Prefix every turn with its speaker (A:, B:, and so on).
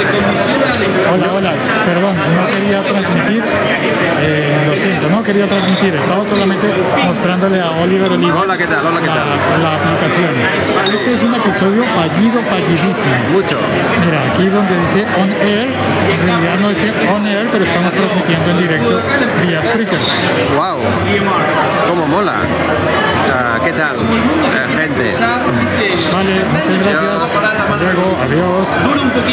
A: Hola, hola, perdón, no quería transmitir, eh, lo siento, no quería transmitir, estaba solamente mostrándole a Oliver Oliva
B: Hola, ¿qué tal? Hola, ¿qué
A: la,
B: tal?
A: la aplicación. Este es un episodio fallido, fallidísimo.
B: Mucho.
A: Mira, aquí donde dice on air, en realidad no dice on air, pero estamos transmitiendo en directo vía Spreaker.
B: Wow. Cómo mola. Ah, ¿Qué tal? La gente.
A: Vale, muchas gracias. Hasta luego, adiós.